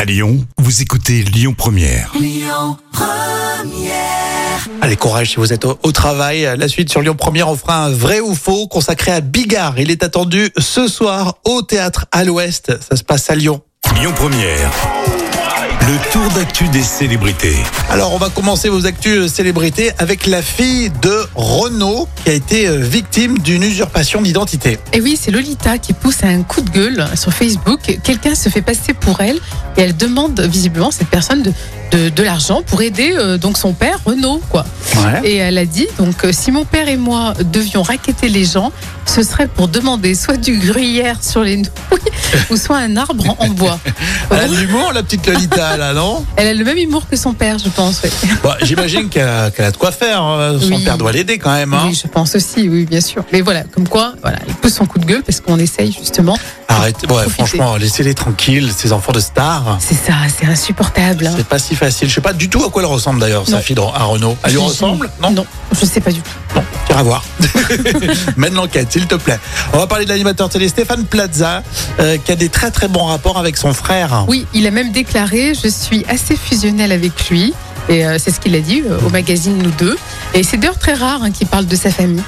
À Lyon, vous écoutez Lyon Première. Allez, courage si vous êtes au, au travail. La suite sur Lyon Première, on fera un vrai ou faux consacré à Bigard. Il est attendu ce soir au théâtre à l'Ouest. Ça se passe à Lyon. Lyon Première. Le tour d'actu des célébrités. Alors, on va commencer vos actus euh, célébrités avec la fille de Renaud qui a été euh, victime d'une usurpation d'identité. Et Eh oui, c'est Lolita qui pousse à un coup de gueule sur Facebook. Quelqu'un se fait passer pour elle et elle demande visiblement cette personne de, de, de l'argent pour aider euh, donc son père Renaud quoi. Ah. Et elle a dit donc euh, si mon père et moi devions raqueter les gens, ce serait pour demander soit du gruyère sur les nouilles ou soit un arbre en- en bois. Elle a de l'humour, la petite Lolita, là, non Elle a le même humour que son père, je pense. ouais. Bah, J'imagine qu'elle a, qu'elle a de quoi faire. hein. Son Oui. père doit l'aider quand même. hein. Oui, je pense aussi, oui, bien sûr. Mais voilà, comme quoi, voilà, elle pousse son coup de gueule parce qu'on essaye justement. Arrêtez, ouais, Profitez. franchement, laissez-les tranquilles, ces enfants de stars. C'est ça, c'est insupportable. hein. C'est pas si facile. Je sais pas du tout à quoi elle ressemble d'ailleurs, sa Non. fille de- à Renault. Elle lui ressemble Non Non, je sais pas du tout. Non, tu iras voir. Mène l'enquête, s'il te plaît. On va parler de l'animateur télé Stéphane Plaza, euh, qui a des très très bons rapports avec son frère. Oui, il a même déclaré Je suis assez fusionnel avec lui. Et euh, c'est ce qu'il a dit euh, au magazine Nous deux. Et c'est d'ailleurs très rare hein, qu'il parle de sa famille.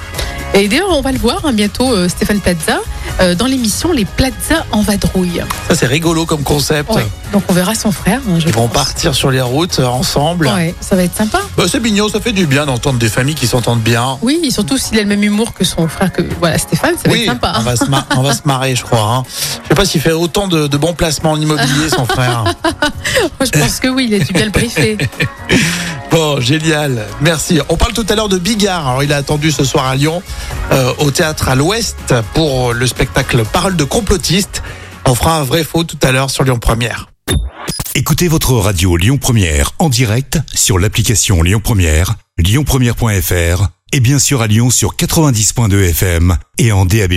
Et d'ailleurs, on va le voir hein, bientôt, euh, Stéphane Plaza, euh, dans l'émission Les Plaza en vadrouille. Ça, c'est rigolo comme concept. Ouais. Donc on verra son frère. hein, je Ils vont pense. partir sur les routes euh, ensemble. Ouais, ça va être sympa. Bah, c'est mignon, ça fait du bien d'entendre des familles qui s'entendent bien. Oui, et surtout s'il a le même humour que son frère, que voilà Stéphane, ça va être oui, Ah bah. sympa. on, va se mar- on va se marrer, je crois. hein. Je sais pas s'il fait autant de, de bons placements en immobilier, son frère. Moi, je pense que oui, il a dû bien le briefer. Bon, Oh, génial. Merci. On parle tout à l'heure de Bigard. Alors, il a attendu ce soir à Lyon, euh, au théâtre à l'Ouest, pour le spectacle Parole de complotiste. On fera un vrai faux tout à l'heure sur Lyon Première. Écoutez votre radio Lyon Première en direct sur l'application Lyon Première, lyonpremière.fr et bien sûr à Lyon sur 90.2 FM et en DAB+.